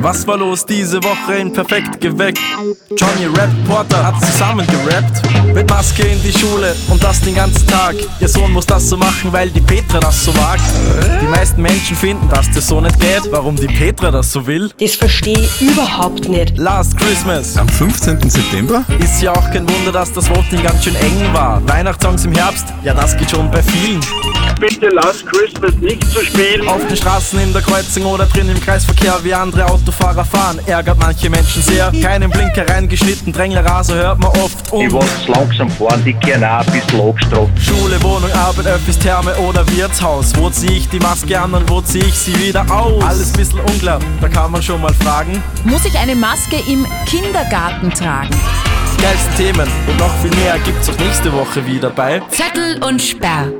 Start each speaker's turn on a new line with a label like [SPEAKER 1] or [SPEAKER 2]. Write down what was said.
[SPEAKER 1] Was war los diese Woche in Perfekt geweckt? Johnny Rap Porter hat zusammen gerappt. Mit Maske in die Schule und das den ganzen Tag. Ihr Sohn muss das so machen, weil die Petra das so wagt. Die meisten Menschen finden, dass das so nicht geht. Warum die Petra das so will?
[SPEAKER 2] Das verstehe ich überhaupt nicht.
[SPEAKER 1] Last Christmas.
[SPEAKER 3] Am 15. September?
[SPEAKER 1] Ist ja auch kein Wunder, dass das Voting ganz schön eng war. Weihnachtssongs im Herbst, ja das geht schon bei vielen.
[SPEAKER 4] bitte Last Christmas nicht zu spielen.
[SPEAKER 1] Auf den Straßen, in der Kreuzung oder drin im Kreisverkehr, wie andere Autofahrer fahren, ärgert manche Menschen sehr. Keinen Blinker reingeschnitten, Drängelraser hört man oft. Und
[SPEAKER 5] Ich wollte langsam fahren, die kehren auch ein bisschen abgestraft.
[SPEAKER 1] Schule, Wohnung, Arbeit, Öffis, Therme oder Wirtshaus. Wo zieh ich die Maske an und wo zieh ich sie wieder aus? Alles bisschen unklar, da kann man schon mal fragen.
[SPEAKER 6] Muss ich eine Maske im Kindergarten tragen?
[SPEAKER 1] Die geilsten Themen und noch viel mehr gibt's auch nächste Woche wieder bei
[SPEAKER 6] Zettel und Sperr.